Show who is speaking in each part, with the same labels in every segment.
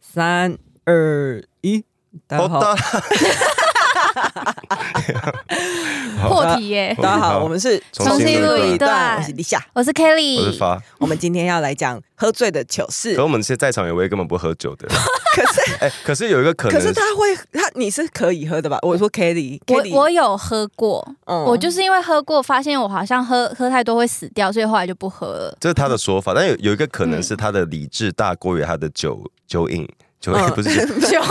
Speaker 1: 三二一，大家好，
Speaker 2: 好的，
Speaker 3: 破题耶！
Speaker 1: 哎大家好，我们是
Speaker 2: 重新录一
Speaker 3: 段
Speaker 1: 我是李夏，
Speaker 3: 我是
Speaker 2: 我是
Speaker 3: Kelly，
Speaker 2: 发。
Speaker 1: 我们今天要来讲喝醉的糗事
Speaker 2: 可。我们现在在场有位根本不喝酒 的，
Speaker 1: 可是，
Speaker 2: 哎，可是有一个可
Speaker 1: 可
Speaker 2: 能，
Speaker 1: 是他会，他你是可以喝的吧？我说 Kelly，
Speaker 3: 我我有喝过，
Speaker 1: 嗯
Speaker 3: 我就是因为喝过，发现我好像喝喝太多会死掉，所以后来就不喝了。
Speaker 2: 这是他的说法，但有有一个可能是他的理智大过于他的酒酒瘾，酒瘾
Speaker 1: 嗯
Speaker 2: 不是酒，
Speaker 3: 就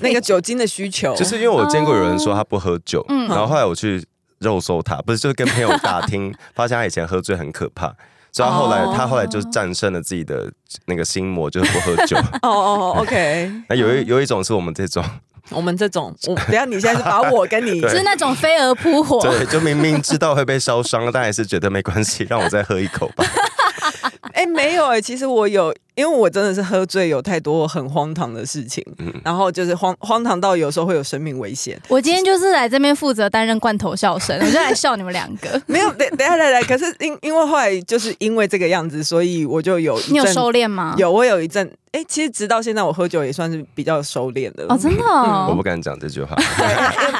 Speaker 1: 那个酒精的需求，
Speaker 2: 就是因为我见过有人说他不喝酒，
Speaker 3: 嗯
Speaker 2: 然后后来我去肉搜他，不是就是跟朋友打 听，发现他以前喝醉很可怕。所以他后来，
Speaker 1: 哦
Speaker 2: 他后来就战胜了自己的那个心魔，就是不 喝酒。
Speaker 1: 哦哦哦，OK，
Speaker 2: 那有一有一种是我们 这种，
Speaker 1: 我们这 种，我等一下你现在是把我跟你
Speaker 2: 对
Speaker 3: 是那种飞蛾扑火，
Speaker 2: 对，就明明知道会被烧伤，但还是觉得没关系，让我再喝一口吧。
Speaker 1: 哎、没有哎、其实我有，因为我真的是喝醉，有太多很荒唐的事情，
Speaker 2: 嗯
Speaker 1: 然后就是荒荒唐到有时候会有生命危险。。
Speaker 3: 我今天就是来这边负责担任罐头笑声，我就来笑你们两个
Speaker 1: 没有，等等一下，等一下，可是因因为后来就是因为这个样子，所以我就有一
Speaker 3: 你有
Speaker 1: 阵
Speaker 3: 收敛吗？
Speaker 1: 有我有一阵，哎、其实直到现在我喝酒也算是比较收敛的了。
Speaker 3: 哦，真的
Speaker 2: 嗯我
Speaker 3: 哦
Speaker 2: 不，敢讲这句话，
Speaker 1: 对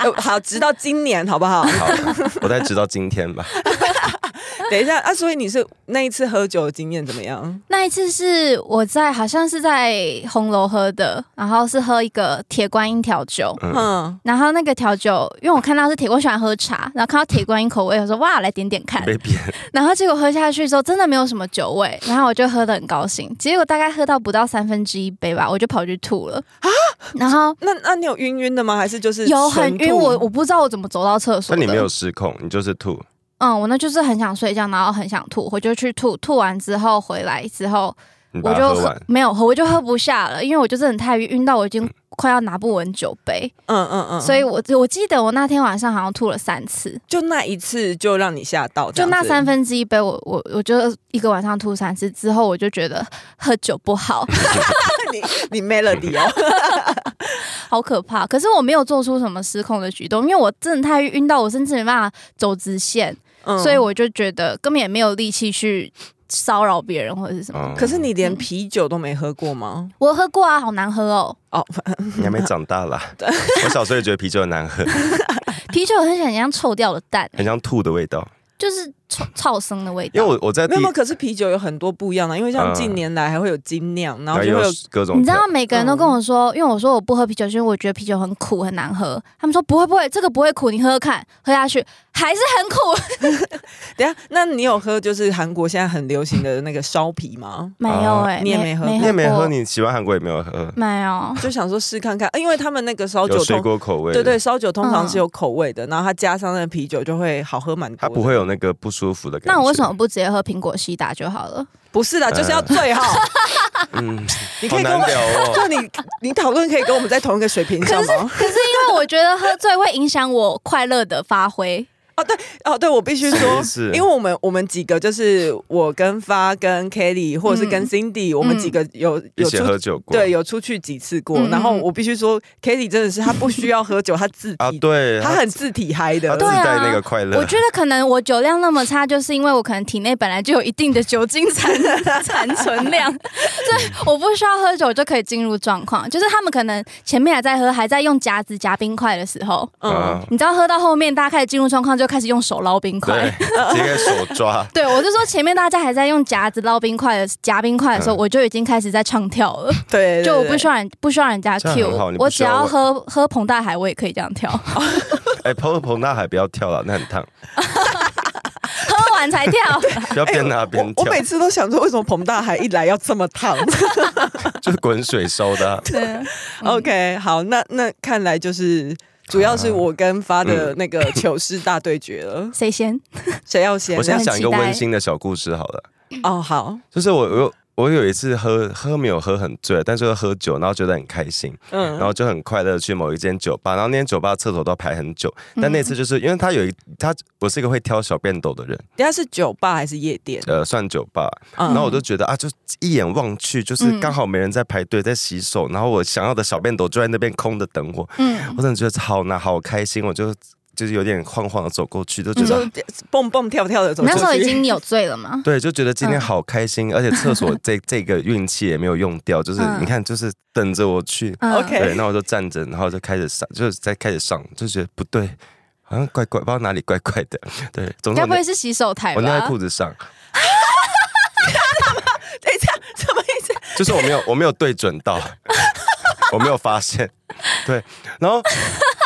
Speaker 1: 呃好，直到今年好不好？
Speaker 2: 好， 我再直到今天吧。
Speaker 1: 等一下啊，所以你是那一次喝酒的经验怎么样？
Speaker 3: 那一次是我在好像是在红楼喝的，然后是喝一个铁观音调酒，
Speaker 2: 嗯，
Speaker 1: 嗯，
Speaker 3: 然后那个调酒，因为我看到是铁，我喜欢喝茶，然后看到铁观音口味，我说哇，来点点
Speaker 1: 哎
Speaker 3: 看。
Speaker 2: 被骗，
Speaker 3: 然后结果喝下去之后，真的没有什么酒味，然后我就喝的很高兴。结果大概喝到不到三分之一杯吧，我就跑去吐了
Speaker 2: 啊
Speaker 3: 然后
Speaker 1: 那那你有晕晕的吗？还是就是
Speaker 3: 有很
Speaker 1: 纯吐
Speaker 3: 晕，我我不知道我怎么走到厕所
Speaker 2: 那
Speaker 3: 的。
Speaker 2: 你没有失控，你就是吐。
Speaker 3: 嗯，我那就是很想睡觉，然后很想吐，我就去吐，吐完之后回来之后，
Speaker 2: 你把
Speaker 3: 我
Speaker 2: 它
Speaker 3: 就
Speaker 2: 喝
Speaker 3: 喝
Speaker 2: 完，嗯
Speaker 3: 没有喝，我就喝不下了，因为我就真的太晕，晕到我已经快要拿不稳酒杯，
Speaker 1: 嗯嗯嗯，
Speaker 3: 所以我我记得我那天晚上好像吐了三次，
Speaker 1: 就那一次就让你吓到这样
Speaker 3: 就
Speaker 1: 子，
Speaker 3: 那三分之一杯我，我我就一个晚上吐三次之后，我就觉得喝酒不好，
Speaker 1: 你你 melody 哦，
Speaker 3: 好可怕。可是我没有做出什么失控的举动，因为我真的太晕到我甚至没办法走直线，
Speaker 1: 嗯
Speaker 3: 所以我就觉得根本也没有力气去骚扰别人或者是什么。
Speaker 2: 嗯
Speaker 1: 可是你连啤酒都没喝过吗？
Speaker 3: 我喝过啊，好难喝哦，
Speaker 1: 哦，
Speaker 2: 你还没长 大啦。 我小时候也觉得啤酒很难喝，
Speaker 3: 啤酒很想像臭掉的蛋，
Speaker 2: 很像吐的味道。就是
Speaker 3: 臭臭生的味
Speaker 2: 哎因为
Speaker 3: 道。
Speaker 2: 我我在第
Speaker 1: 没有没有，可是啤酒有很多不一样啊的，因为像
Speaker 2: 嗯
Speaker 1: 近年来还会有精酿，然后
Speaker 2: 还
Speaker 1: 就
Speaker 2: 有
Speaker 1: 会有
Speaker 2: 各种，
Speaker 3: 你知道每个人都跟
Speaker 2: 嗯
Speaker 3: 我说，因为我说我不喝啤酒，是因为我觉得啤酒很苦很难喝。他们说不会不会，这个不会苦，你喝喝看，喝下去还是很苦。
Speaker 1: 等一下，那你有喝就是韩国现在很流行的那个烧啤吗？
Speaker 3: 没有
Speaker 2: 啊
Speaker 3: 哎、
Speaker 1: 你也没喝
Speaker 3: 没
Speaker 2: 你也没
Speaker 3: 过
Speaker 2: 喝，你喜欢韩国也没有喝，
Speaker 3: 没有。
Speaker 1: 就想说试看看，呃因为他们那个烧
Speaker 2: 有
Speaker 1: 酒
Speaker 2: 水
Speaker 1: 通，
Speaker 2: 果口味，
Speaker 1: 对对，，烧酒通常是有口味的，然后它加上那个啤酒就会好喝蛮多。
Speaker 2: 它不，会有那个不舒服的感觉。
Speaker 3: 那我为什么不直接喝苹果西打就好了？
Speaker 1: 不是的，就是要醉哈。
Speaker 2: 嗯，
Speaker 1: 你可
Speaker 2: 好
Speaker 1: 以跟
Speaker 2: 难
Speaker 1: 我，
Speaker 2: 聊 哦。
Speaker 1: 就你你讨论可以跟我们在同一个水平上吗？
Speaker 3: 因为我觉得喝醉会影响我快乐的发 挥。
Speaker 1: 哦，对，我必须说
Speaker 2: 是。
Speaker 1: 因
Speaker 2: 是，
Speaker 1: 为我们我们几个就是我跟发跟 Kelly 或者是跟
Speaker 3: 嗯
Speaker 1: Cindy，、我们几个有
Speaker 2: 一
Speaker 1: 有
Speaker 2: 起
Speaker 1: 出
Speaker 2: 喝酒过，
Speaker 1: 对有出去几次过，
Speaker 3: 嗯嗯
Speaker 1: 然后我必须说 Kelly 真的是她不需要喝酒，她自
Speaker 2: 啊，
Speaker 1: 体
Speaker 2: 对，
Speaker 1: 他很自体嗨
Speaker 2: 他
Speaker 1: 的，
Speaker 2: 自
Speaker 3: 对啊
Speaker 2: 带那个快乐，
Speaker 3: 我觉得可能我酒量那么差，就是因为我可能体内本来就有一定的酒精残残存量， 所以我不需要喝酒就可以进入状况。就是他们可能前面还在喝，还在用夹子夹冰块的时候，
Speaker 1: 嗯
Speaker 2: 啊，
Speaker 3: 你知道喝到后面大家开始进入状况，就开始用手捞冰
Speaker 2: 对
Speaker 3: 块。，
Speaker 2: 直接手抓。
Speaker 3: 对，我就说前面大家还在用夹子捞冰块的夹冰块的时候，我就已经开始在唱跳了。
Speaker 1: 对，对
Speaker 3: 就我不
Speaker 1: 对
Speaker 3: 需要人不需要人家
Speaker 2: 这样
Speaker 3: Q，
Speaker 2: 很好你不
Speaker 3: 我
Speaker 2: 需
Speaker 3: 只
Speaker 2: 要
Speaker 3: 要
Speaker 2: 我
Speaker 3: 喝喝彭大海，我也可以这样跳，
Speaker 2: 哎，彭彭大海不要跳了，那很 烫，
Speaker 3: 喝完才跳。
Speaker 2: 不要边拿边
Speaker 1: 我哎我
Speaker 2: 跳，
Speaker 1: 每次都想说，为什么彭大海一来要这么烫
Speaker 3: 嗯
Speaker 2: 就是滚水烧的啊。
Speaker 3: 对，
Speaker 1: ？OK，好，那那看来就是。主要
Speaker 2: 啊
Speaker 1: 是我跟发
Speaker 2: 嗯
Speaker 1: 的那个糗事大对决了，
Speaker 3: 谁先？
Speaker 1: 谁要先
Speaker 2: 我？先讲一个
Speaker 3: 很期待
Speaker 2: 温馨的小故事好了，
Speaker 1: 哦，好，
Speaker 2: 就是我我我有一次喝喝没有喝很醉，但是喝酒，然后觉得很开心，然
Speaker 1: 嗯，
Speaker 2: 后就很快乐地去某一间酒吧，然后那间酒吧厕所都排很久，但那次就是因为他有一他我是一个会挑小便斗的人，
Speaker 1: 等下是酒吧还是夜店？
Speaker 2: 呃，算酒吧，
Speaker 1: 嗯
Speaker 2: 然后我就觉得啊，就一眼望去就是
Speaker 3: 嗯
Speaker 2: 刚好没人在排队在洗手，然后我想要的小便斗就在那边空的等我，
Speaker 3: 嗯，
Speaker 2: 我真的觉得好难，好开心，我就。就是有点晃晃的走过去，就觉
Speaker 1: 你
Speaker 2: 得、
Speaker 1: 说蹦蹦跳跳的走
Speaker 3: 你
Speaker 1: 过
Speaker 3: 那
Speaker 1: 去，
Speaker 3: 时候已经有醉了吗？
Speaker 2: 对，就觉得今天
Speaker 3: 嗯
Speaker 2: 好开心，而且厕 所这这个运气也没有用掉，就是
Speaker 3: 嗯
Speaker 2: 你看，就是等着我去，
Speaker 3: 嗯
Speaker 1: OK
Speaker 2: 对，那我就站着，然后就开始上，就是在开始上，就觉得不对，好像怪怪，不知道哪里怪怪的， 对，总之
Speaker 3: 该
Speaker 2: 我
Speaker 3: 不会是洗手台
Speaker 2: 我尿在
Speaker 3: 吧
Speaker 2: 裤？子上，
Speaker 1: 等一下什么意思？
Speaker 3: 嗯
Speaker 2: 就是我没有我没有对准到， 我没有发现，对，然后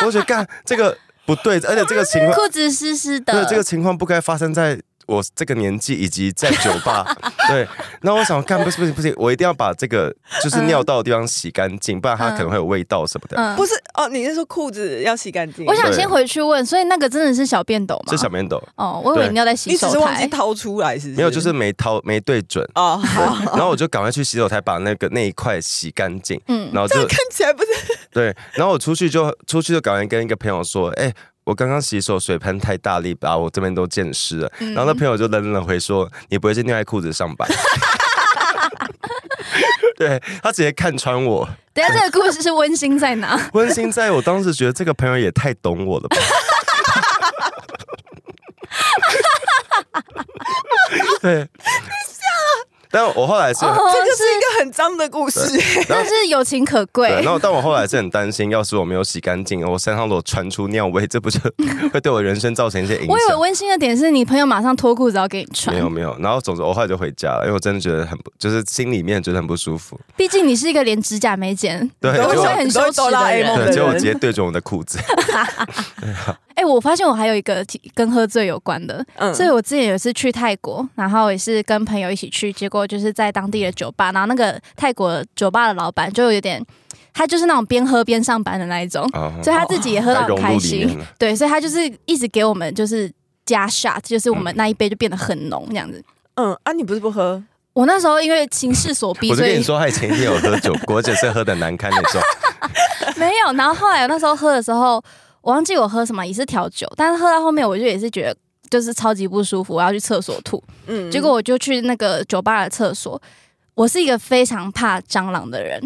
Speaker 2: 我就觉得干这个不对，而且这个情况
Speaker 3: 裤子湿湿的
Speaker 2: 对，，这个情况不该发生在我这个年纪以及在酒 吧。对，那我想看，不是不行不行，我一定要把这个就是尿道的地方洗干净，不然它可能会有味道什么的。
Speaker 3: 嗯
Speaker 1: 不是哦，你是说裤子要洗干净？
Speaker 3: 我想
Speaker 2: 对
Speaker 3: 先回去问，所以那个真的是小便斗吗？
Speaker 2: 这小便斗
Speaker 3: 哦，我以为
Speaker 2: 对
Speaker 3: 你尿在洗
Speaker 1: 你只
Speaker 3: 手
Speaker 1: 是忘记
Speaker 3: 台。
Speaker 1: 掏出来，是不是？
Speaker 2: 没有，就是没掏没对准。
Speaker 1: 哦，
Speaker 2: 对
Speaker 1: 好，，
Speaker 2: 然后我 就赶快去洗手台把那个那一块洗干净，
Speaker 3: 嗯
Speaker 2: 然后
Speaker 1: 这
Speaker 2: 就
Speaker 1: 样看起来不是
Speaker 2: 对，然后我出去就出去就赶快跟一个朋友说，哎、我刚刚洗手水喷太大力，把我这边都溅湿了。然后那朋友就冷冷回说：“你不会是尿在裤子上吧？” 对他直接看穿我，
Speaker 3: 等一下这个故事是温馨在 哪？
Speaker 2: 温馨在我当时觉得这个朋友也太懂我了吧。 对，但我后来是，
Speaker 3: 哦，
Speaker 1: 这就是一个很脏的故事。
Speaker 2: 然
Speaker 3: 但
Speaker 2: 后
Speaker 3: 是友情可贵
Speaker 2: 对，。然后但我后来是很担心，要是我没有洗干净，我身上如果传出尿味，这不就会对我人生造成一些影
Speaker 3: 我以为
Speaker 2: 响？
Speaker 3: 温馨的点是你朋友马上脱裤子要给你穿
Speaker 2: 没，有没有，然后总之我后来就回家了，因为我真的觉得很不，就是心里面觉得很不舒服。
Speaker 3: 毕竟你是一个连指甲没剪
Speaker 2: 对
Speaker 3: 都
Speaker 2: 结
Speaker 3: 会
Speaker 2: 果
Speaker 3: 很羞耻
Speaker 1: 都是哆啦
Speaker 3: 的
Speaker 1: A 梦
Speaker 3: 人。
Speaker 1: 的
Speaker 2: 对，
Speaker 1: 人
Speaker 2: 结果直接对准我的裤子。
Speaker 3: 哎、我发现我还有一个题跟喝醉有关的，
Speaker 1: 嗯
Speaker 3: 所以我之前有一次去泰国，然后也是跟朋友一起去，结果就是在当地的酒吧，然后那个泰国酒吧的老板就有点，他就是那种边喝边上班的那一种，
Speaker 2: 哦
Speaker 3: 所以他自己也喝到
Speaker 2: 它
Speaker 3: 很
Speaker 2: 融
Speaker 3: 开
Speaker 2: 入里
Speaker 3: 心，
Speaker 2: 面了。
Speaker 3: 对，所以他就是一直给我们就是加 shot，就是我
Speaker 2: 嗯
Speaker 3: 们那一杯就变得很浓这样子。
Speaker 1: 嗯啊，你不是不喝？
Speaker 3: 我那时候因为情势所 逼，
Speaker 2: 我就
Speaker 3: 所
Speaker 2: 跟你
Speaker 3: 以
Speaker 2: 说，他以前一定有喝酒过，而且是喝的难堪那种。
Speaker 3: 没有。然后后来我那时候喝的时候，我忘记我喝什么，也是调酒，但是喝到后面我就也是觉得就是超级不舒服，我要去厕所吐。
Speaker 1: 嗯，
Speaker 3: 结果我就去那个酒吧的厕所。我是一个非常怕蟑螂的人，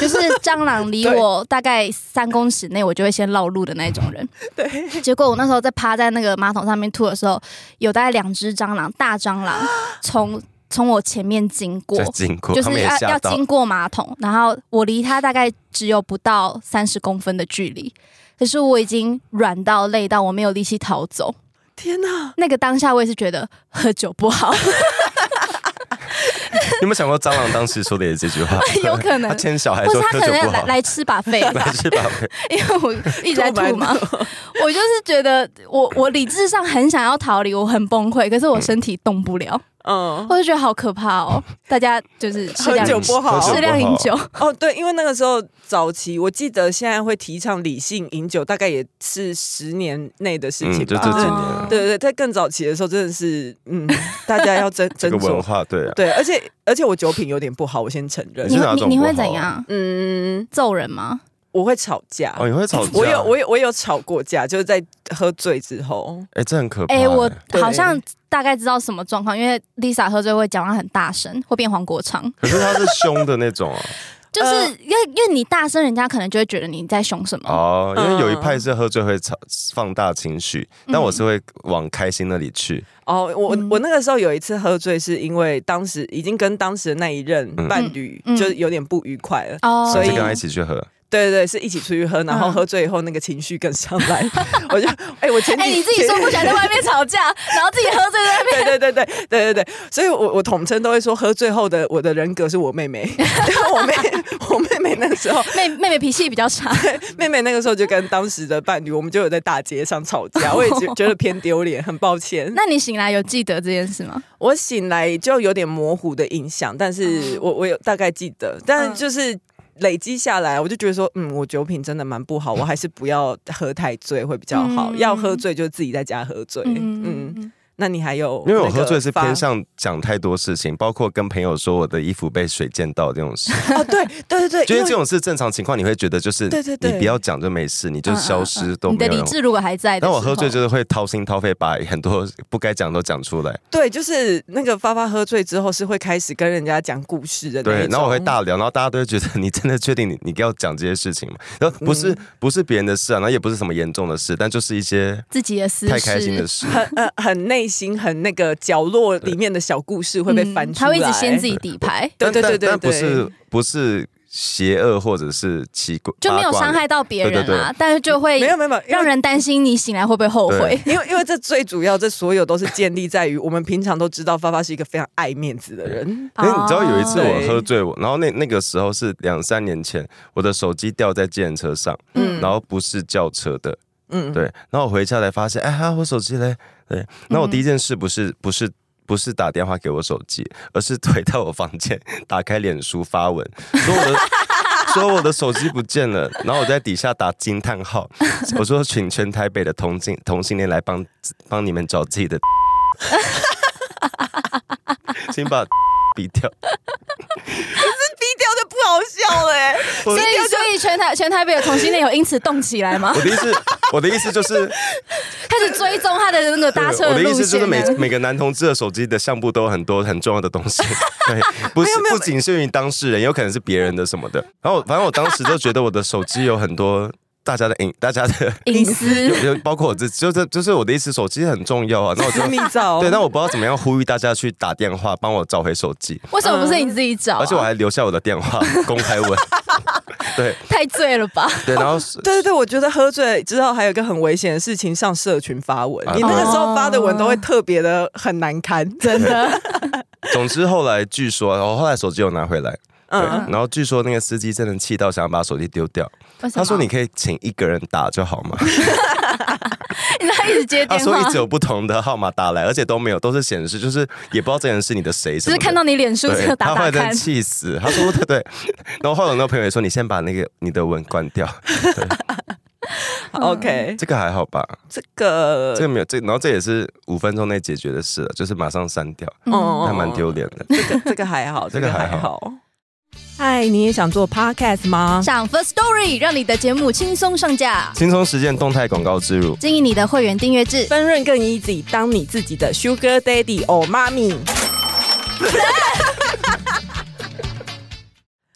Speaker 3: 就是蟑 螂离
Speaker 1: 对
Speaker 3: 我大概三公尺内，我就会先绕路的那种 人。
Speaker 1: 对，
Speaker 3: 结果我那时候在趴在那个马桶上面吐的时候，有大概两只蟑螂，大蟑 螂从从 我前面经过
Speaker 2: 就，经过，
Speaker 3: 就
Speaker 2: 他
Speaker 3: 是
Speaker 2: 们也
Speaker 3: 要
Speaker 2: 吓
Speaker 3: 要
Speaker 2: 到。
Speaker 3: 经过马桶，然后我离它大概只有不到三十公分的距离，可是我已经软到累到我没有力气逃走。
Speaker 1: 天哪，
Speaker 3: 那个当下我也是觉得喝酒不好，
Speaker 2: 你有没有想过蟑螂当时说的也是这句话？
Speaker 3: 有可 能
Speaker 2: 他牵小孩
Speaker 3: 或
Speaker 2: 说
Speaker 3: 是
Speaker 2: 喝
Speaker 3: 他可
Speaker 2: 酒
Speaker 3: 能
Speaker 2: 不
Speaker 3: 要来
Speaker 2: 好，
Speaker 3: 来吃把 费，
Speaker 2: 来是吧？
Speaker 3: 因为我一直 在吐嘛
Speaker 1: 吐，
Speaker 3: 我就是觉得我我理智上很想要逃离，我很崩溃，可是
Speaker 2: 嗯
Speaker 3: 我身体动不了。
Speaker 1: 嗯，
Speaker 3: 我就觉得好可怕哦！大家就是适量
Speaker 1: 喝酒不好
Speaker 2: 喝酒
Speaker 3: 适量饮酒，
Speaker 1: 哦，对，因为那个时候早期，我记得现在会提倡理性饮酒，大概也是十年内的事
Speaker 2: 嗯，
Speaker 1: 情
Speaker 2: 就
Speaker 1: 吧。
Speaker 2: 这几
Speaker 1: 对
Speaker 2: 年
Speaker 3: 哦
Speaker 2: 了
Speaker 1: 对对，在更早期的时候，真的是，嗯， 大家要斟
Speaker 2: 这
Speaker 1: 斟
Speaker 2: 个文
Speaker 1: 酌。
Speaker 2: 化，对啊，
Speaker 1: 对，而且而且我酒品有点不好，我先承认
Speaker 2: 你。
Speaker 3: 你
Speaker 2: 是哪
Speaker 3: 会你
Speaker 2: 种
Speaker 3: 你
Speaker 2: 不
Speaker 3: 会
Speaker 2: 好
Speaker 3: 怎样？
Speaker 1: 嗯，
Speaker 3: 揍人吗？
Speaker 1: 我会吵架。
Speaker 2: 哦，你会吵架？
Speaker 1: 我有我有我有吵过架，就是在喝醉之后。
Speaker 2: 哎，这很可怕。
Speaker 3: 哎、我
Speaker 1: 对
Speaker 3: 好像大概知道什么状况，因为 Lisa 喝醉会讲话很大声，会变黄国昌，
Speaker 2: 可是他是凶的那种啊
Speaker 3: 就是
Speaker 1: 呃
Speaker 3: 因为、因为你大声，人家可能就会觉得你在凶什么。
Speaker 2: 哦，因为有一
Speaker 1: 嗯
Speaker 2: 派是喝醉会吵放大情绪，但我是会往开心那里去。
Speaker 1: 哦，我、
Speaker 3: 嗯
Speaker 1: 我那个时候有一次喝醉，是因为当时已经跟当时的那一任
Speaker 2: 嗯
Speaker 1: 伴侣
Speaker 3: 嗯嗯
Speaker 1: 就是有点不愉快了。
Speaker 3: 哦
Speaker 1: 所以
Speaker 2: 是跟他一起去喝，
Speaker 1: 对对对，是一起出去喝，然后
Speaker 3: 嗯
Speaker 1: 喝醉以后那个情绪更上来， 我就哎、我前几
Speaker 3: 哎、你自己说不想在外面 吵架，然后自己喝醉在外面。
Speaker 1: 对对对对对对对，所以我我统称都会说，喝醉后的我的人格是我妹 妹，因为我妹我妹妹那个时候，
Speaker 3: 妹妹妹脾气比较差，
Speaker 1: 妹妹那个时候就跟当时的伴侣，我们就有在大街上吵架，我也觉觉得偏丢脸，很抱歉。
Speaker 3: 那你醒来有记得这件事吗？
Speaker 1: 我醒来就有点模糊的印象，但是
Speaker 3: 嗯
Speaker 1: 我我有大概记得，但是就是。累积下来，我就觉得说，嗯，我酒品真的蛮不好，我还是不要喝太醉会比较好。
Speaker 3: 嗯
Speaker 1: 要喝醉就自己在家喝醉，嗯
Speaker 3: 嗯，
Speaker 1: 那你还有
Speaker 2: 因为我
Speaker 1: 那个
Speaker 2: 喝醉是
Speaker 1: 发
Speaker 2: 偏向讲太多事情，包括跟朋友说我的衣服被水溅到这种 事，
Speaker 1: 哦，对对对对，
Speaker 2: 就是这
Speaker 1: 因为
Speaker 2: 种事正常情况你会觉得就是
Speaker 1: 对对对
Speaker 2: 你不要讲就没事，你就消
Speaker 3: 嗯嗯
Speaker 2: 失
Speaker 3: 嗯
Speaker 2: 都
Speaker 3: 你
Speaker 2: 没
Speaker 3: 的
Speaker 2: 有
Speaker 3: 理
Speaker 2: 人。
Speaker 3: 智如果还在的时
Speaker 2: 但
Speaker 3: 候，
Speaker 2: 我喝醉就是会掏心掏肺，把很多不该讲都讲出来。
Speaker 1: 对，就是那个发发喝醉之后是会开始跟人家讲故事的那一
Speaker 2: 对，
Speaker 1: 种
Speaker 2: 然后我会大聊，然后大家都会觉得你真的确定你你要讲这些事情吗？然后不是、
Speaker 1: 嗯
Speaker 2: 不是别人的事啊，然后也不是什么严重的事，但就是一些
Speaker 3: 自己的私事，
Speaker 2: 太开心的事。
Speaker 1: 很呃很内心很那个角落里面的小故事会被翻
Speaker 3: 嗯
Speaker 1: 出来，
Speaker 3: 他会一直掀自己底牌，
Speaker 1: 对对对对
Speaker 2: 但但但不
Speaker 1: 对
Speaker 2: 是不是邪恶或者是奇怪，
Speaker 3: 就没有
Speaker 2: 八卦
Speaker 3: 伤
Speaker 2: 的
Speaker 3: 害到别人
Speaker 2: 对对
Speaker 3: 啦
Speaker 2: 对，
Speaker 3: 但是就会
Speaker 1: 没有没有没有，因为
Speaker 3: 让人担心你醒来会不会后悔。
Speaker 1: 因为因为这最主要，这所有都是建立在于我们平常都知道发发是一个非常爱面子的人，
Speaker 2: 因为哎你知道有一次
Speaker 1: 哦
Speaker 2: 我喝醉，我然后那那个时候是两三年前，我的手机掉在计程车上，
Speaker 1: 嗯
Speaker 2: 然后不是轿车的，
Speaker 1: 嗯，
Speaker 2: 对，然后我回家才发现，哎呀，我手机嘞，对，那我第一件事不是不是。不是打电话给我手机，而是回到我房间， 打开脸书发文，说我的 说我的手机不见了，然后我在底下打惊叹号，我说请全台北的同性同性恋来帮帮你们找自己的，请把逼掉。
Speaker 1: 低调就不好笑了 欸，
Speaker 3: 所以，所以全台全台北的同性恋有因此动起来吗
Speaker 2: 我？的意思，我的意思就是，
Speaker 3: 开始追踪他的那个 搭车
Speaker 2: 我的意
Speaker 3: 路
Speaker 2: 思就
Speaker 3: 线啊
Speaker 2: 是每
Speaker 3: 呢。
Speaker 2: 每个男同志的手机的相簿都有很多很重要的东西，对，不是不仅限于当事人，也有可能是别人的什么的。然后反正我当时就觉得我的手机有很多大家的隐，大家的
Speaker 3: 隐私
Speaker 2: 有有包括我自己，就是就是我的意思，手机很重要啊。那我就
Speaker 1: 私密
Speaker 3: 哦
Speaker 1: 照，
Speaker 2: 对，但我不知道怎么样呼吁大家去打电话帮我找回手机，
Speaker 3: 为什么不是你自己找啊？
Speaker 2: 而且我还留下我的电话公开问， 对
Speaker 3: 太醉了吧？
Speaker 2: 对，然后
Speaker 1: 对对对，我觉得喝醉之后还有一个很危险的事情，上社群发文，
Speaker 2: 啊
Speaker 1: 你那个时候发的文都会特别的很难堪，哦 真的，
Speaker 2: 总之后来据说，然后后来手机有拿回来。对，
Speaker 1: 嗯，
Speaker 2: 然后据说那个司机真的气到想要把手机丢掉，
Speaker 3: 为什么
Speaker 2: 他说：“你可以请一个人打就好 嘛。
Speaker 3: 他一直接”
Speaker 2: 他
Speaker 3: 电
Speaker 2: 说一
Speaker 3: 话
Speaker 2: 直，有不同的号码打来，而且都没有，都是显示，就是也不知道这人是你的谁什
Speaker 3: 只
Speaker 2: 么
Speaker 3: 是
Speaker 2: 的。
Speaker 3: 看到你脸书
Speaker 2: 对
Speaker 3: 就，打
Speaker 2: 他后
Speaker 3: 打
Speaker 2: 来真
Speaker 3: 看
Speaker 2: 的。气死。他说：“对对。” 然后后来我那个朋友也说：“你先把那个你的文关 掉，
Speaker 1: 好 OK，
Speaker 2: 这个还好吧？
Speaker 1: 这个
Speaker 2: 这个没有这，然后这也是五分钟内解决的事了，就是马上删掉，
Speaker 1: 哦
Speaker 2: 还蛮丢脸的。
Speaker 1: 这个这个还好，
Speaker 2: 这
Speaker 1: 这
Speaker 2: 个
Speaker 1: 个
Speaker 2: 还
Speaker 1: 还好。嗨，你也想做 podcast 吗？
Speaker 3: 上 First Story 让你的节目轻松上架，
Speaker 2: 轻松实践动态广告植入，
Speaker 3: 经营你的会员订阅制。
Speaker 1: 分润更 easy，当你自己的 sugar daddy or mommy。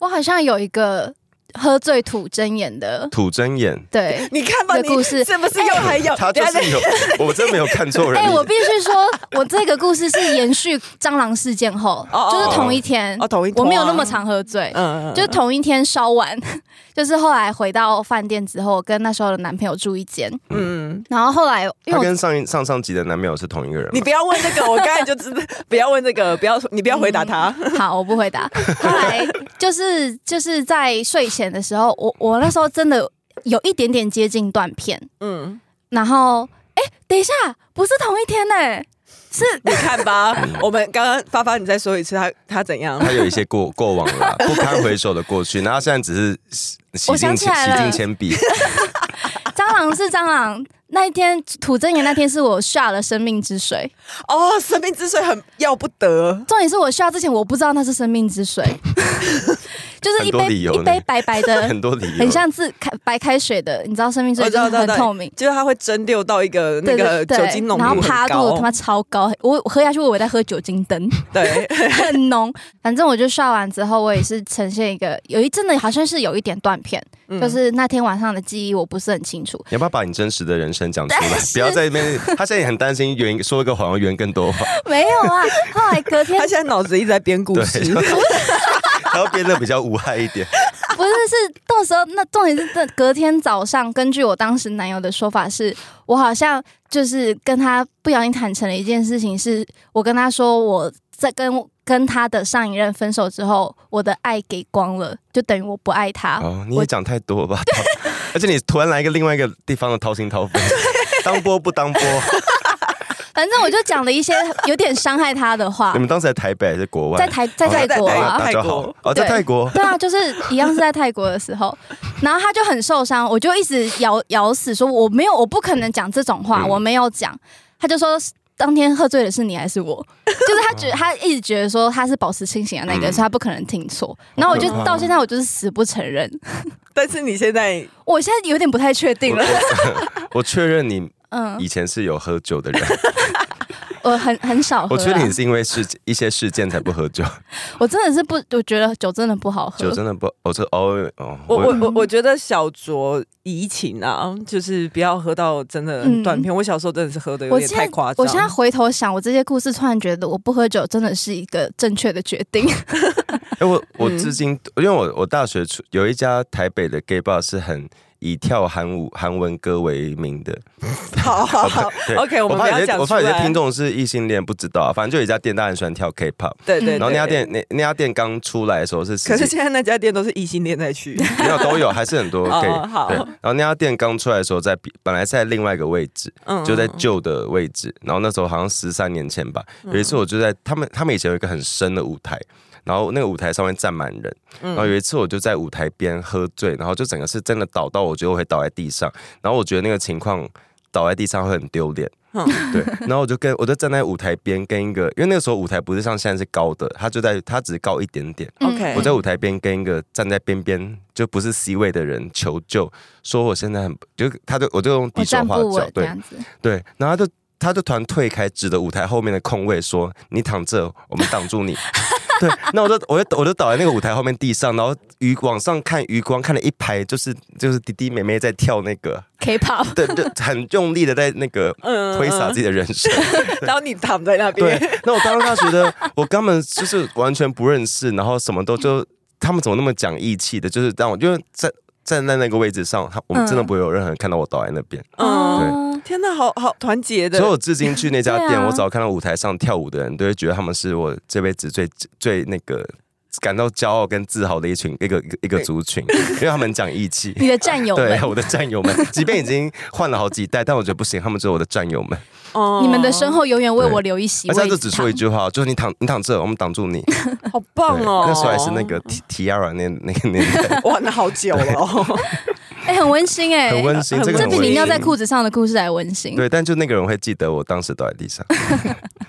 Speaker 3: 我好像有一个喝醉吐真言的，
Speaker 2: 吐真言。”
Speaker 3: 对。
Speaker 1: 你看吧，
Speaker 3: 的
Speaker 1: 你
Speaker 3: 故事
Speaker 1: 是不是又还
Speaker 3: 哦
Speaker 1: 有？
Speaker 2: 他就
Speaker 1: 等一下
Speaker 2: 是有，我真没有看错人。
Speaker 3: 哎、我必须说，我这个故事是延续蟑螂事件后，
Speaker 1: 哦
Speaker 3: 就是同一天，
Speaker 1: 哦同一天
Speaker 3: 我没有那么常喝醉，
Speaker 1: 嗯，
Speaker 3: 就是同一天稍晚， 就是后来回到饭店之后，我跟那时候的男朋友住一间，
Speaker 1: 嗯，
Speaker 3: 然后后来因为
Speaker 2: 他
Speaker 3: 我
Speaker 2: 跟上一上上集的男朋友是同一个人吗？
Speaker 1: 你不要问这个，我刚才就知道，不要问这个，不要你不要回答他。
Speaker 3: 好，我不回答。后来就是就是在睡前的时候，我我那时候真的有一点点接近断片，
Speaker 1: 嗯，
Speaker 3: 然后哎、等一下，不是同一天呢、是
Speaker 1: 你看吧，我们刚刚发发，你再说一次，他他怎样？
Speaker 3: 嗯
Speaker 2: 他有一些过过往了 啦，不堪回首的过去。然后他现在只是洗洗
Speaker 3: 我
Speaker 2: 尽
Speaker 3: 想
Speaker 2: 洗
Speaker 3: 起来了
Speaker 2: 尽铅笔，
Speaker 3: 蟑螂是蟑螂。那一天吐真言那天是我下了生命之水，
Speaker 1: 哦，生命之水很要不得，
Speaker 3: 重点是我下之前我不知道那是生命之水， 就是
Speaker 2: 很
Speaker 3: 一
Speaker 2: 多
Speaker 3: 杯
Speaker 2: 理由呢
Speaker 3: 一杯白白 的，
Speaker 2: 很多理由，
Speaker 3: 嗯很像自开白开水的，你知道生命之
Speaker 1: 我
Speaker 3: 水
Speaker 1: 哦知
Speaker 3: 就
Speaker 1: 道，知
Speaker 3: 是
Speaker 1: 道
Speaker 3: 很
Speaker 1: 知道
Speaker 3: 透明。
Speaker 1: 就是它会蒸馏到一个那
Speaker 3: 对
Speaker 1: 个
Speaker 3: 对
Speaker 1: 酒
Speaker 3: 对，
Speaker 1: 精浓
Speaker 3: 然后
Speaker 1: 度
Speaker 3: 趴
Speaker 1: 很
Speaker 3: 度他
Speaker 1: 高，
Speaker 3: 妈超高，我我喝下去我以为在喝酒精灯，
Speaker 1: 对，
Speaker 3: 很浓。反正我就刷完之后，我也是呈现一个有一阵子好像是有一点断片，
Speaker 1: 嗯
Speaker 3: 就是那天晚上的记忆我不是很清楚。
Speaker 2: 你要不要把你真实的人生讲出来
Speaker 3: 但？ 是
Speaker 2: 不要在那边，他现在也很担心圆说一个谎要圆更 多话，
Speaker 3: 没有啊，后来 隔天
Speaker 1: 他现在脑子一直在编故
Speaker 2: 对
Speaker 1: 事，，
Speaker 2: 他要变得比较无害一点。
Speaker 3: 不是是到时候那重点是这隔天早上，根据我当时男友的说法是，我好像就是跟他不小心坦诚了一件事情，是我跟他说我在跟跟他的上一任分手之后，我的爱给光了，就等于我不爱他。
Speaker 2: 哦，你也讲太多吧？而且你突然来一个另外一个地方的掏心掏 肺，当播不当播？
Speaker 3: 反正我就讲了一些有点伤害他的话
Speaker 2: 你，们当时在台北还是国外？
Speaker 3: 在台在
Speaker 2: 哦
Speaker 3: 泰国
Speaker 1: 在
Speaker 3: 啊。
Speaker 2: 大家
Speaker 1: 泰
Speaker 2: 好
Speaker 1: 国，
Speaker 2: 哦，在
Speaker 3: 对
Speaker 2: 泰国，
Speaker 3: 对啊，就是一样是在泰国的时候，然后他就很受伤，我就一直咬咬死说我没有，我不可能讲这种话，
Speaker 2: 嗯
Speaker 3: 我没有讲。他就说当天喝醉的是你还是我？ 就是他觉得他一直觉得说他是保持清醒的那个人，
Speaker 2: 哦嗯
Speaker 3: 所以他不可能听错。然后我就
Speaker 2: 好可怕
Speaker 3: 到现在我就是死不承认，
Speaker 1: 但是你现在
Speaker 3: 我现在有点不太确定了。
Speaker 2: 我确认你
Speaker 3: 嗯，
Speaker 2: 以前是有喝酒 的人，
Speaker 3: 我很很少喝、
Speaker 2: 我
Speaker 3: 啊，
Speaker 2: 确定你是因为事一些事件才不喝酒，
Speaker 3: 我真的是不，我觉得酒真的不好喝。
Speaker 2: 酒真的不，我是偶尔哦，
Speaker 1: 我我
Speaker 2: 我
Speaker 3: 嗯
Speaker 1: 我我觉得小酌怡情啊，就是不要喝到真的很断片。我小时候真的是喝的有
Speaker 3: 嗯我
Speaker 1: 点
Speaker 3: 现
Speaker 1: 太
Speaker 3: 在
Speaker 1: 夸张，
Speaker 3: 我现在 回头想，我这些故事，突然觉得我不喝酒真的是一个正确的决 定。
Speaker 2: 哎我我
Speaker 1: 嗯
Speaker 2: 至今，因为我我大学出有一家台北的 gay bar 是很以跳韩舞韩文歌为名的，哦
Speaker 1: 好好哦好
Speaker 2: 对
Speaker 1: ，OK，我们不
Speaker 2: 怕
Speaker 1: 要
Speaker 2: 有些
Speaker 1: 讲
Speaker 2: 我
Speaker 1: 出
Speaker 2: 怕有些
Speaker 1: 来
Speaker 2: 听。众是异性恋，不知道、啊，反正就有一家店，大家很喜欢跳 K-pop，
Speaker 1: 对对，
Speaker 3: 嗯
Speaker 2: 然后那家
Speaker 1: 对，
Speaker 2: 店那那家店刚出来的时候是
Speaker 1: 可
Speaker 2: 十
Speaker 1: 是
Speaker 2: 几，
Speaker 1: 现在那家店都是异性恋在 去，
Speaker 2: 没有都有，还是很多
Speaker 1: 哦
Speaker 2: gay。
Speaker 1: 好
Speaker 2: 对，然后那家店刚出来的时候在比本来是在另外一个位置，
Speaker 1: 嗯
Speaker 2: 就在旧的位置。然后那时候好像十三年前吧，
Speaker 3: 嗯
Speaker 2: 有一次我就在他们他们以前有一个很深的舞台，然后那个舞台上面站满人，
Speaker 1: 嗯
Speaker 3: 嗯
Speaker 2: 然后有一次我就在舞台边喝醉，然后就整个是真的倒到我觉得我会倒在地上，然后我觉得那个情况倒在地上会很丢脸。
Speaker 1: 嗯
Speaker 2: 对，然后我就跟我就站在舞台边跟一个，因为那个时候舞台不是像现在是高的，它就在它只高一点点，
Speaker 3: 嗯
Speaker 1: OK
Speaker 2: 我在舞台边跟一个站在边边就不是 C 位的人求救，说我现在很就他就我就用
Speaker 3: 我
Speaker 2: 比手
Speaker 3: 哦站
Speaker 2: 画脚
Speaker 3: 不稳，，这
Speaker 2: 对
Speaker 3: 样子。
Speaker 2: 对，然后他就他就突然退开，指着舞台后面的空位说：“你躺这，我们挡住你。”对，那我就我就我就倒在那个舞台后面地上，然后余往上看余光看了一排，就是就是弟弟妹妹在跳那个，
Speaker 3: K-pop，
Speaker 2: 对对，很用力的在那个
Speaker 1: 嗯
Speaker 2: 挥洒自己的人生。
Speaker 1: 然后你躺在那
Speaker 2: 对
Speaker 1: 边，，
Speaker 2: 那我当时他觉得我根本就是完全不认识，然后什么都就他们怎么那么讲义气的，就是让我因为站站在那个位置上，他我们真的不会有任何人看到我倒在那边。
Speaker 1: 嗯，
Speaker 3: 嗯，
Speaker 1: 天哪，好好团结的
Speaker 2: 所以，，我至今去那家
Speaker 3: 对
Speaker 2: 店，
Speaker 3: 啊
Speaker 2: 我只要看到舞台上跳舞的人，都会觉得他们是我这辈子最最那个感到骄傲跟自豪的一群一个一个一个族群，因为他们讲义 气。
Speaker 3: 你的战友们
Speaker 2: 对，我的战友们，即便已经换了好几代，但我觉得不行，他们就是我的战友们。
Speaker 1: 哦
Speaker 3: 你们的身后永远为
Speaker 2: 对
Speaker 3: 我留一席
Speaker 2: 而
Speaker 3: 位。
Speaker 2: 且他就只说一，句话，就是你躺，你躺这，我们挡住你。
Speaker 1: 好棒
Speaker 2: 对
Speaker 1: 哦，
Speaker 2: 那时候还是那 个 T T R 那那个年代，
Speaker 1: 哇，那好久 了哦，
Speaker 3: 哎，很温馨哎，
Speaker 2: 很温馨，
Speaker 1: 很
Speaker 2: 这个
Speaker 3: 这
Speaker 2: 很
Speaker 3: 比
Speaker 2: 温
Speaker 3: 你
Speaker 2: 馨。
Speaker 3: 尿在裤子上的故事还温馨。
Speaker 2: 对，但就那个人会记得我当时倒在地 上。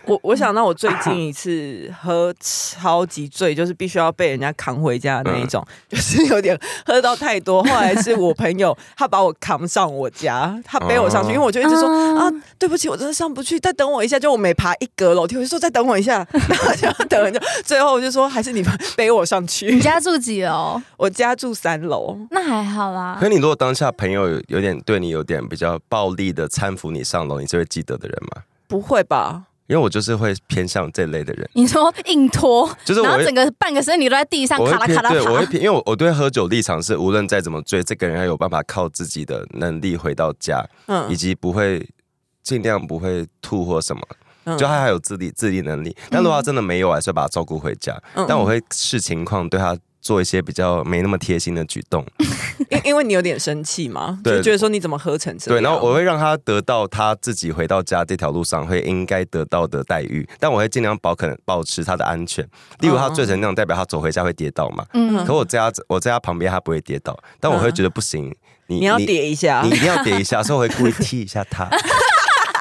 Speaker 1: 我我想到我最近一次喝超级醉，就是必须要被人家扛回家的那一种，
Speaker 2: 嗯
Speaker 1: 就是有点喝到太多。后来是我朋友他把我扛上我家，他背我上去，
Speaker 2: 哦
Speaker 1: 因为我就一直说、
Speaker 3: 啊
Speaker 2: 嗯
Speaker 1: 啊，对不起，我真的上不去，再等我一下。就我每爬一格楼梯，我就说再等我一下， 然后就等很久，最后我就说还是你们 背我上
Speaker 3: 你
Speaker 1: 去。
Speaker 3: 家住几楼？
Speaker 1: 我家住三楼，
Speaker 3: 那还好啦
Speaker 2: 可。是你如果当下朋友有有点对你有点比较暴力的搀扶你上楼，你是会记得的人吗？
Speaker 1: 不会吧？
Speaker 2: 因为我就是会偏向这类的人，
Speaker 3: 你说硬拖，
Speaker 2: 就是我
Speaker 3: 然后
Speaker 2: 会
Speaker 3: 整个半个身体都在地上
Speaker 2: 我
Speaker 3: 卡
Speaker 2: 会
Speaker 3: 啦
Speaker 2: 偏
Speaker 3: 卡啦
Speaker 2: 对，我会
Speaker 3: 爬。
Speaker 2: 偏，因为我我对喝酒立场是，无论再怎么醉，这个人要有办法靠自己的能力回到家，以
Speaker 1: 嗯，
Speaker 2: 及不会尽量不会吐或什么，
Speaker 1: 嗯
Speaker 2: 就他还有自理自理能力。但如果他真的没有，还啊是会把他照顾回家。
Speaker 1: 嗯
Speaker 2: 但我会视情况对他做一些比较没那么贴心的举动，
Speaker 1: 因因为你有点生气 嘛，
Speaker 2: 对
Speaker 1: 就觉得说你怎么喝成这
Speaker 2: 对，
Speaker 1: 样？
Speaker 2: 然后我会让他得到他自己回到家这条路上会应该得到的待遇，但我会尽量保可能保持他的安全。例如他醉成那样，代表他走回家会跌倒嘛？
Speaker 3: 嗯
Speaker 2: 可我在他我在他旁边他不会跌倒，但我会觉得不行，你
Speaker 1: 你要叠一
Speaker 3: 啊
Speaker 1: 下
Speaker 2: 你，一定要跌一下，所以我会故意踢一下 他，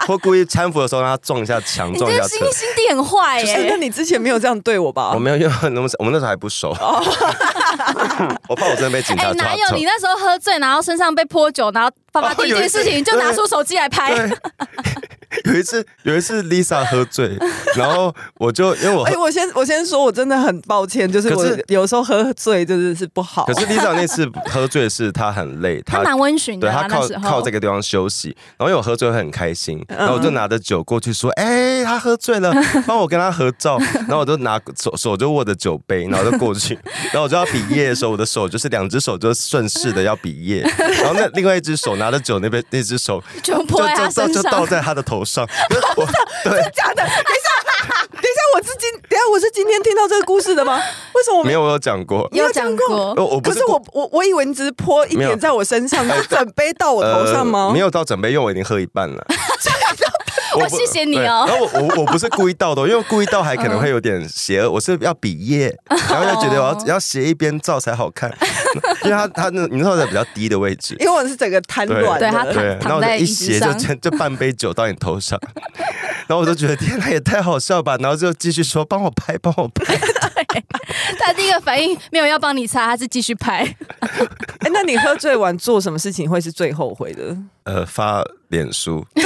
Speaker 2: 或故意搀扶的时候让他撞一下墙，
Speaker 3: 你
Speaker 2: 撞一
Speaker 3: 这
Speaker 2: 下
Speaker 3: 个
Speaker 2: 车
Speaker 3: 心。心地很坏
Speaker 1: 哎、
Speaker 3: 耶
Speaker 1: 那。你之前没有这样对我吧？
Speaker 2: 我没有，因为我们我们那时候还不熟，我怕我真的被警
Speaker 3: 哦哎
Speaker 2: 察，抓
Speaker 3: 哪有
Speaker 2: 走
Speaker 3: 你。那时候喝醉，然后身上被泼酒，然后爸爸
Speaker 2: 哦
Speaker 3: 第一
Speaker 2: 有一
Speaker 3: 件事情就拿出手机来拍。
Speaker 2: 对，有一次有一次 Lisa 喝醉，然后我就因为我喝
Speaker 1: 哎、我先我先说，我真的很抱歉，就是我
Speaker 2: 可是
Speaker 1: 有时候喝醉真的是不好。
Speaker 2: 可是 Lisa 那次喝醉是她很累，
Speaker 3: 他蛮温驯
Speaker 2: 对
Speaker 3: 的啊，
Speaker 2: 她
Speaker 3: 那
Speaker 2: 靠
Speaker 3: 时候
Speaker 2: 靠这个地方休息，然后因为我喝醉会很开心，然后我
Speaker 3: 嗯
Speaker 2: 就拿着酒过去说：“哎、她喝醉了，帮我跟她合照。”然 后我就拿手手就握着酒杯，然后就过去，然后我就要比耶的时候，我的手就是两只手就顺势的要比耶，然后那另外一只手拿着酒那边那只手
Speaker 3: 全部
Speaker 2: 就
Speaker 3: 泼在他
Speaker 2: 就
Speaker 3: 身
Speaker 2: 就
Speaker 3: 上。
Speaker 2: 倒在她的头上， 我对。
Speaker 1: 假的，等一下， 等一下，我是今等一下我是今天听到这个故事的吗？为什么我
Speaker 2: 没有，我有讲过，
Speaker 3: 有讲过
Speaker 2: 我我不
Speaker 1: 可是我我我以为你只是泼一
Speaker 2: 没有哎
Speaker 1: 点在我身上，是整杯到我头上吗？
Speaker 2: 呃没有到整杯，因为我已经喝一 半了。
Speaker 3: 哇
Speaker 2: 不
Speaker 3: 谢谢你哦
Speaker 2: 对然后我我我不是故意倒的哦，因为故意倒还可能会有点邪恶，我是要比 耶，然后要觉得我要要斜一边照才好看，因为他他那你知道在比较低的位置。
Speaker 1: 因为我是整个瘫软
Speaker 3: 对他
Speaker 1: 的。哎
Speaker 2: 对，然
Speaker 3: 躺
Speaker 2: 后我
Speaker 3: 在
Speaker 2: 就
Speaker 3: 椅
Speaker 2: 一
Speaker 3: 子
Speaker 2: 斜就
Speaker 3: 上
Speaker 2: 就就半杯酒到你头上，然后我就觉得天哪，也太好笑吧，然后就继续说帮我拍，帮我拍，
Speaker 3: 他第一个反应没有要帮你擦，他是继续拍。
Speaker 1: 哎、那你喝醉完做什么事情会是最后悔的？
Speaker 2: 呃，发脸书，
Speaker 1: 对，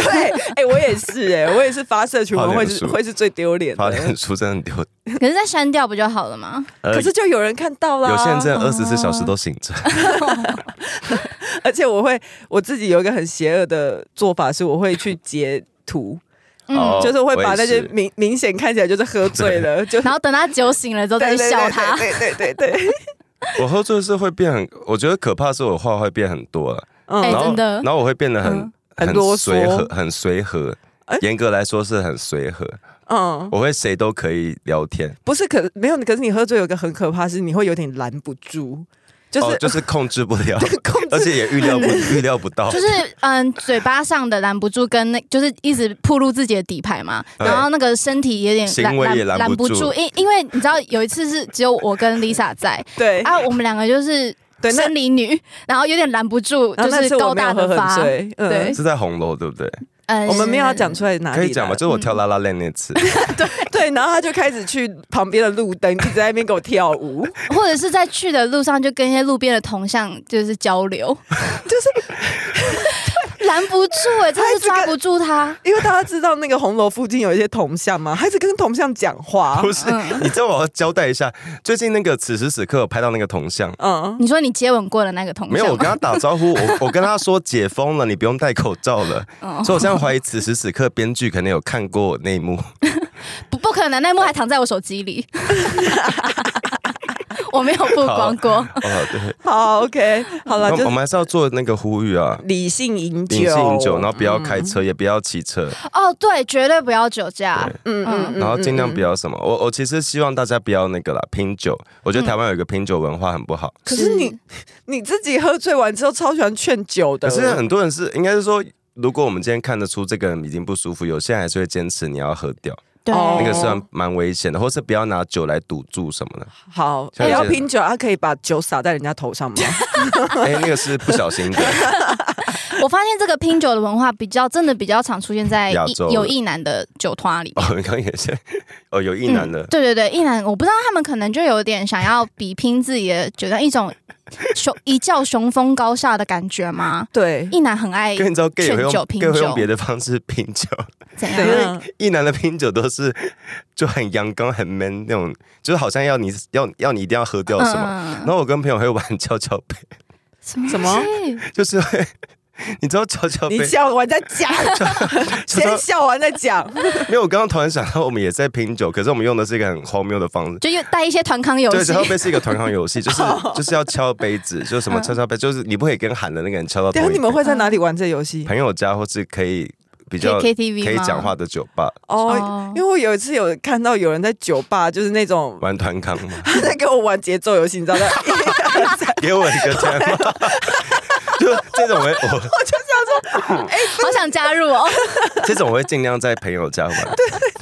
Speaker 1: 哎、我也是、哎，我也是发社群文会是
Speaker 2: 发脸书
Speaker 1: 会是最丢脸
Speaker 2: 发
Speaker 1: 的
Speaker 2: 脸。书真的很丢。
Speaker 3: 可是再删掉不就好了吗？
Speaker 2: 呃
Speaker 1: 可是啊就有人看到啦，
Speaker 2: 有些人真的二十四小时都醒着，
Speaker 1: 而且我会我自己有一个很邪恶的做法，是我会去截图，
Speaker 2: 哦
Speaker 1: 嗯就是会把那些
Speaker 2: 我也是
Speaker 1: 明明显看起来就是喝醉了，就
Speaker 3: 然后等他酒醒了之后再
Speaker 1: 对
Speaker 3: 去
Speaker 1: 对
Speaker 3: 笑他。
Speaker 1: 对对对对 对，
Speaker 2: 我喝醉是会变很，我觉得可怕是我话会变很多了，
Speaker 1: 嗯
Speaker 3: 哎
Speaker 2: 然后
Speaker 3: 真的
Speaker 2: 然后我会变得很
Speaker 3: 嗯
Speaker 1: 很啰嗦
Speaker 2: 随和，很随和
Speaker 1: 哎。
Speaker 2: 严格来说是很随和，
Speaker 1: 嗯，
Speaker 2: 我会谁都可以聊天，
Speaker 1: 不是可没有，可是你喝醉有一个很可怕是你会有点拦不住，就是、
Speaker 2: 哦，就是控制不了，
Speaker 1: 控制
Speaker 2: 而且也 预料不预料不到，
Speaker 3: 就是嗯，嘴巴上的拦不住，跟那就是一直暴露自己的底牌嘛，
Speaker 2: 对
Speaker 3: 然后那个身体有点
Speaker 2: 行
Speaker 3: 拦
Speaker 2: 为也
Speaker 3: 拦
Speaker 2: 拦不
Speaker 3: 不
Speaker 2: 住
Speaker 3: 住，因因为你知道有一次是只有我跟 Lisa 在
Speaker 1: 对、
Speaker 3: 啊，我们两个就是
Speaker 1: 对，那
Speaker 3: 生理女，然后有点拦不住，
Speaker 1: 然后
Speaker 3: 就
Speaker 1: 那
Speaker 3: 是
Speaker 1: 次我
Speaker 3: 高
Speaker 1: 没有
Speaker 3: 大
Speaker 1: 喝
Speaker 3: 的发
Speaker 1: 很，醉，嗯
Speaker 3: 对
Speaker 2: 是在红楼对不对？
Speaker 3: 嗯
Speaker 1: 我们没有要讲出来嗯哪里
Speaker 2: 可
Speaker 1: 啦
Speaker 2: 以讲吗？就是我跳啦啦链那次，
Speaker 1: 对，然后他就开始去旁边的路灯，一直在那边给我跳 舞，
Speaker 3: 或者是在去的路上就跟一些路边的同巷就是交流， 就是拦不住哎、真是抓不住他。
Speaker 1: 因为大家知道那个红楼附近有一些铜像嘛，他一直跟铜像讲话
Speaker 2: 不，是？
Speaker 3: 嗯
Speaker 2: 你知道我要交代一下，最近那个此时此刻有拍到那个铜像，
Speaker 1: 嗯，
Speaker 3: 你说你接吻过的那个同
Speaker 2: 没有，
Speaker 3: 巷
Speaker 2: 我跟
Speaker 3: 吗
Speaker 2: 他打招呼，我我跟他说解封了，你不用戴口罩了。
Speaker 3: 哦
Speaker 2: 所以我现在怀疑此时此刻编剧可能有看过我那一幕，
Speaker 3: 不不可能，那幕还躺在我手机里， 我没有曝光过。
Speaker 2: 哦，对，
Speaker 1: 好，OK，好了，
Speaker 2: 那
Speaker 1: 就是
Speaker 2: 哦我们还是要做那个呼吁啊，
Speaker 1: 理性饮酒，嗯
Speaker 2: 理性饮酒，然后不要开车，也不要骑车，
Speaker 3: 哦，对，绝对不要酒驾。
Speaker 1: 嗯嗯，嗯
Speaker 2: 然后尽量不。
Speaker 1: 嗯嗯
Speaker 2: 要什么。我我其实希望大家不要那个啦，拼酒。我觉得台湾有一个拼酒文化很不好，
Speaker 1: 可是你你自己喝醉完之后超喜欢劝酒的，
Speaker 2: 可是很多人是应该是说。如果我们今天看得出这个人已经不舒服，有些人还是会坚持你要喝掉，
Speaker 3: 对，
Speaker 1: 哦
Speaker 2: 那个是啊很蛮危险的，或是不要拿酒来赌注什 么的。
Speaker 1: 好，
Speaker 2: 像
Speaker 1: 不要
Speaker 2: 有些人
Speaker 1: 拼酒，他可以把酒洒在人家头上 吗？
Speaker 2: 哎、那个是不小心的，
Speaker 3: 我发现这个拼酒的文化比较真的比较常出现在
Speaker 2: 亚
Speaker 3: 异
Speaker 2: 洲
Speaker 3: 有意男的酒团里面。
Speaker 2: 哦，你刚也是，哦，有一男的
Speaker 3: 嗯，对对对，意男，我不知道他们可能就有点想要比拼自己的酒量，一种雄一较雄风高下的感觉吗？
Speaker 1: 对，
Speaker 3: 意男很爱
Speaker 2: 跟你知道 gay 也会用
Speaker 3: 劝酒拼
Speaker 2: gay 会用
Speaker 3: 酒
Speaker 2: 别的方式拼酒，
Speaker 3: 怎
Speaker 1: 对
Speaker 2: 因
Speaker 3: 样？啊
Speaker 2: 为一男的拼酒都是 就很阳刚、很 man 那种，就是好像要你要要你一定要喝掉什么。然
Speaker 3: 嗯，
Speaker 2: 后我跟朋友会玩跷跷杯，
Speaker 3: 什么
Speaker 1: 什么
Speaker 3: 东西
Speaker 2: 就是会， 你知道跷跷杯
Speaker 1: 你？笑完再 讲，
Speaker 2: 跷跷
Speaker 1: 先笑完再 讲。
Speaker 2: 没有，我刚刚突然想到，我们也在拼酒，可是我们用的是一个很荒谬的方式。
Speaker 3: 就又带一些团康游
Speaker 2: 对，
Speaker 3: 戏哦
Speaker 2: 跷。跷杯是一个团康游戏， 就是就是要敲杯子，就是什么
Speaker 3: 嗯
Speaker 2: 跷跷杯，就是你不可以跟喊的那个人敲到
Speaker 1: 等一
Speaker 3: 啊
Speaker 1: 下
Speaker 2: 同一
Speaker 1: 你
Speaker 2: 个
Speaker 1: 们会在哪里玩这游戏？
Speaker 2: 朋友家，或是可以比较
Speaker 3: 可以
Speaker 2: 可
Speaker 3: KTV
Speaker 2: 以
Speaker 3: 吗
Speaker 2: 讲话的酒吧
Speaker 1: 哦
Speaker 3: 哦，
Speaker 1: 因为我有一次有看到有人在酒吧，就是那 种
Speaker 2: 玩团康吗？
Speaker 1: 他在跟我玩节奏游戏，你知道吗？ 一二三
Speaker 2: 给我一个 t i
Speaker 3: 啊
Speaker 2: 就这种我会我
Speaker 3: 好想加入哦，
Speaker 2: 这种我会尽量在朋友家玩，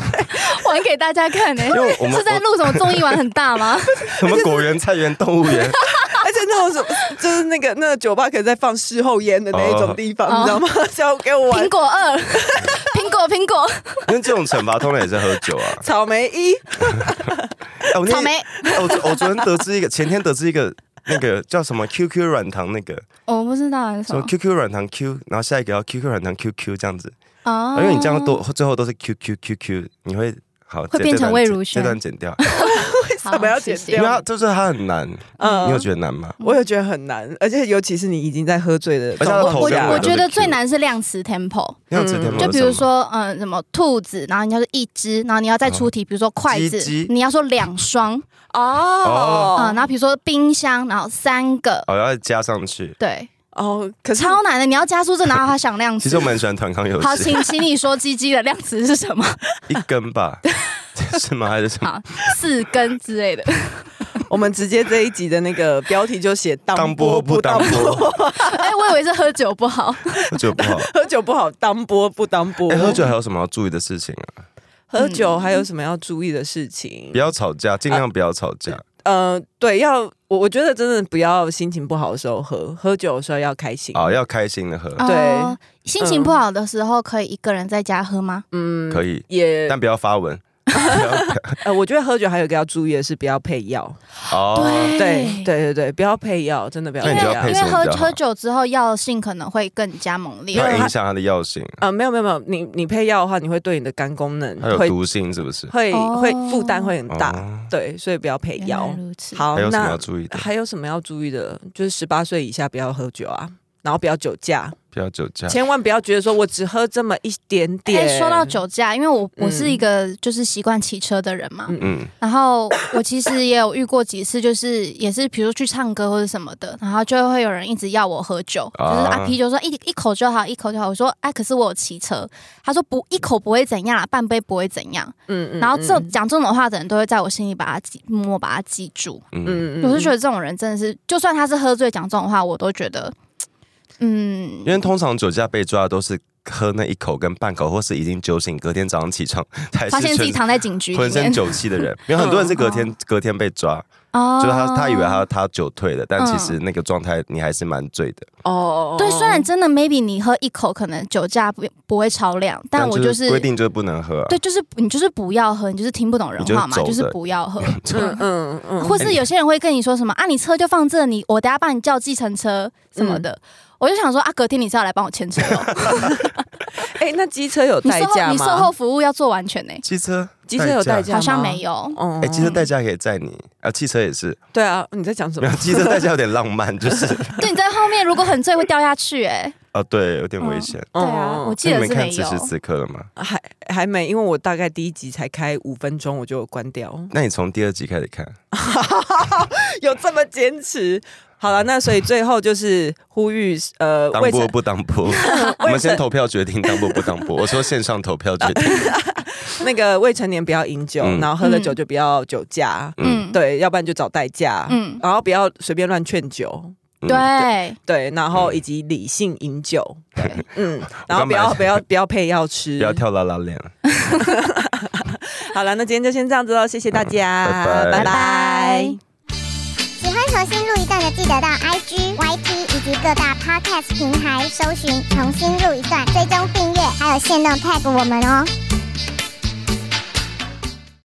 Speaker 3: 玩给大家看呢、
Speaker 2: 因为我们
Speaker 3: 是在录什么综艺玩很 大吗？
Speaker 2: 什么果园、菜园、动物园，
Speaker 1: 而且那种什么，就是那个那个酒吧可以在放事后烟的那一种地
Speaker 3: 哦
Speaker 1: 方，你知道吗？ 叫给我玩
Speaker 3: 苹果 二，苹果苹果，
Speaker 2: 因为这种惩罚通常也是喝酒 啊。
Speaker 1: 草莓一，
Speaker 2: 哎我那
Speaker 3: 草莓
Speaker 2: 哎我昨我昨天得知一个，前天得知一个。那个叫什么 QQ 软糖，那个
Speaker 3: 我不知道是
Speaker 2: 什
Speaker 3: 什
Speaker 2: 么
Speaker 3: 么
Speaker 2: QQ 软糖 Q，然后下一个要 QQ 软糖 QQ 这样子，啊
Speaker 3: 哦
Speaker 2: 因为你这样多最后都是 QQQQ，你会好
Speaker 3: 会变成魏如萱
Speaker 2: 这段剪 掉，
Speaker 1: 为什么要剪
Speaker 3: 好谢
Speaker 2: 因为
Speaker 1: 掉？
Speaker 2: 它就是它很难，
Speaker 1: 嗯
Speaker 2: 你有觉得难吗？
Speaker 1: 我也觉得很难，而且尤其是你已经在喝醉的
Speaker 2: 而且他
Speaker 1: 状
Speaker 2: 的
Speaker 3: 我
Speaker 1: 况下，
Speaker 2: 头跟
Speaker 3: 我
Speaker 2: 尾
Speaker 3: 我
Speaker 2: 都
Speaker 3: 觉得
Speaker 2: 是 Q
Speaker 3: 最难是量词 tempo，
Speaker 2: 那样子
Speaker 1: 嗯
Speaker 2: 天
Speaker 3: 就比如说嗯什么兔子，然后你要是一只，然后你要再出题，比如说筷子
Speaker 2: 鸡鸡，
Speaker 3: 你要说两双
Speaker 1: 哦
Speaker 3: 啊，然后比如说冰箱，然后三个，
Speaker 2: 哦要加上去，
Speaker 3: 对，
Speaker 1: 哦，可是
Speaker 3: 超难的，你要加速这，然后还想量
Speaker 2: 其实我
Speaker 3: 词。
Speaker 2: 蛮喜欢团康游
Speaker 3: 好，
Speaker 2: 戏，
Speaker 3: 请请你说鸡鸡的量词是什么？
Speaker 2: 一根 吧，是吗？还是什么？
Speaker 3: 好，四根之类 的。
Speaker 1: 我们直接这一集的那个标题就写“
Speaker 2: 当
Speaker 1: 当
Speaker 2: 波
Speaker 1: 波
Speaker 2: 不
Speaker 1: 不
Speaker 2: 当
Speaker 1: 当波
Speaker 2: 波，
Speaker 3: 哎，我以为是喝酒不好，
Speaker 2: 我觉得不好。”，
Speaker 1: 喝酒不好，当波不当波。
Speaker 2: 哎，喝酒还有什么要注意的事情啊？
Speaker 1: 喝酒还有什么要注意的事情
Speaker 2: 嗯
Speaker 3: 啊
Speaker 2: 不？要吵架，尽量不要吵架。
Speaker 1: 呃，对，要我我觉得真的不要心情不好的时候喝，喝酒的时候要开心。
Speaker 2: 啊，要开心的喝，
Speaker 1: 对
Speaker 3: 哦心情不好的时候可以一个人在家喝吗？
Speaker 1: 嗯，
Speaker 2: 可以，
Speaker 1: 也
Speaker 2: 但不要发文。 不 要
Speaker 1: 呃，我觉得喝酒还有一个要注意的是，不要配药。
Speaker 3: 哎
Speaker 2: 哦，
Speaker 1: 对对对对，不要配药，真的不要
Speaker 2: 那
Speaker 1: 配
Speaker 2: 你就要
Speaker 1: 药
Speaker 2: 配。
Speaker 3: 因
Speaker 2: 什么
Speaker 3: 为
Speaker 2: 比
Speaker 3: 喝
Speaker 2: 较好
Speaker 3: 喝酒之后药性可能会更加猛烈。
Speaker 2: 它影响它的药性，
Speaker 1: 呃，没有没有没有，你你配药的话，你会对你的肝功能
Speaker 2: 它有
Speaker 1: 会
Speaker 2: 毒性是不是？
Speaker 1: 会
Speaker 3: 哦
Speaker 1: 会负担会很大。
Speaker 2: 哦
Speaker 1: 对，所以不要配
Speaker 3: 原
Speaker 1: 药
Speaker 3: 来。如此，
Speaker 1: 好
Speaker 2: 还有，什么
Speaker 1: 那
Speaker 2: 要注意的？
Speaker 1: 还有什么要注意的？就是十八岁以下不要喝酒啊，然后不要酒驾，
Speaker 2: 不要酒驾。
Speaker 1: 千万不要觉得说我只喝这么一点
Speaker 3: 哎、
Speaker 1: 点。
Speaker 3: 说到，酒驾，因为我我
Speaker 1: 嗯
Speaker 3: 是一个就是习惯骑车的人嘛，
Speaker 1: 嗯
Speaker 2: 嗯，
Speaker 3: 然后我其实也有遇过几次，就是也是比如说去唱歌或者什么的，然后就会有人一直要我喝酒，
Speaker 2: 啊
Speaker 3: 就是阿 P 就说一一口就好，一口就好。我说哎、可是我有骑车。他说不，一口不会怎样啦，半杯不会怎样。
Speaker 1: 嗯
Speaker 3: 然后这
Speaker 1: 嗯
Speaker 3: 讲这种话的人都会在我心里把它记，默默把它记住。
Speaker 2: 嗯，
Speaker 1: 嗯
Speaker 3: 我是觉
Speaker 1: 得
Speaker 3: 得这种人真的是，就算他是喝醉讲这种话，我都觉得，嗯
Speaker 2: 因，为通常酒驾被抓的都是喝那一口跟半口，或是已经酒醒，隔天早上起床才
Speaker 3: 发现
Speaker 2: 是
Speaker 3: 自己
Speaker 2: 全
Speaker 3: 躺在警局
Speaker 2: 浑
Speaker 3: 里
Speaker 2: 身
Speaker 3: 面。嗯
Speaker 2: 酒气的人。因为很多人是隔天隔天被抓，
Speaker 3: 哦
Speaker 2: 就是他他以为他他酒退了，但
Speaker 3: 嗯
Speaker 2: 其实那个状态你还是蛮醉的。
Speaker 1: 哦哦，哦
Speaker 3: 对，虽然真的 maybe 你喝一口可能酒驾不不会超量，但我就是
Speaker 2: 规定就是不能喝啊。
Speaker 3: 对，就是你就是不要喝，你就是听不懂人话嘛，
Speaker 2: 你
Speaker 3: 就
Speaker 2: 就是走的
Speaker 3: 不 要喝。
Speaker 1: 嗯嗯嗯，
Speaker 3: 或是有些人会跟你说什么啊，你车就放这你我等下帮你叫计程车什
Speaker 2: 嗯
Speaker 3: 么的。我就想说啊，隔天你是要来帮我牵车哦，
Speaker 1: 哎，那机车有
Speaker 3: 你
Speaker 1: 代
Speaker 3: 售后
Speaker 1: 驾
Speaker 3: 你售
Speaker 1: 吗
Speaker 3: 后？服务要做完全呢、
Speaker 2: 机车，
Speaker 1: 机车有代驾吗
Speaker 3: 好像没有。
Speaker 1: 哦
Speaker 2: 哎，机车代驾可以载你啊，汽车也是。
Speaker 1: 对啊，你在讲什
Speaker 2: 没
Speaker 1: 么
Speaker 2: 有，？机车代驾有点浪漫，就是
Speaker 3: 对，你在后面如果很醉会掉下去哎、
Speaker 2: 啊，对，有点危险。
Speaker 3: 对啊，我
Speaker 1: 嗯
Speaker 3: 记
Speaker 2: 哦那你
Speaker 3: 得
Speaker 2: 们
Speaker 3: 是没
Speaker 2: 看此
Speaker 3: 有。
Speaker 2: 时此刻了吗？
Speaker 1: 还还没，因为我大概第一集才开五分钟，我就关
Speaker 2: 。
Speaker 1: 掉
Speaker 2: 那你从第二集开始看，
Speaker 1: 有这么坚持？好了，那所以最后就是呼吁，呃，
Speaker 2: 当
Speaker 1: 未
Speaker 2: 播
Speaker 1: 成呃
Speaker 2: 不当播，我们先投票决定当播不当播。我说线上投票决定，
Speaker 1: 那个未成年不要饮酒，
Speaker 2: 嗯
Speaker 1: 然后喝了酒就不要酒驾，
Speaker 2: 嗯，
Speaker 3: 嗯，
Speaker 1: 对，要不然就找代驾，
Speaker 3: 嗯
Speaker 1: 然后不要随便乱劝酒，
Speaker 2: 嗯
Speaker 3: 对
Speaker 1: 对，然后以及理性饮酒，
Speaker 3: 对，
Speaker 1: 嗯，然后不
Speaker 2: 我
Speaker 1: 要
Speaker 2: 刚买
Speaker 1: 不要不要配药吃，
Speaker 2: 不要跳拉拉链了。
Speaker 1: 好了，那今天就先这样子喽，谢谢大家，
Speaker 2: 嗯拜拜
Speaker 1: 拜拜
Speaker 4: 喜欢重新录一段的，记得到 IG、YT 以及各大 Podcast 平台搜寻“重新录一段”，追踪订阅，还有限定 tag 我们哦。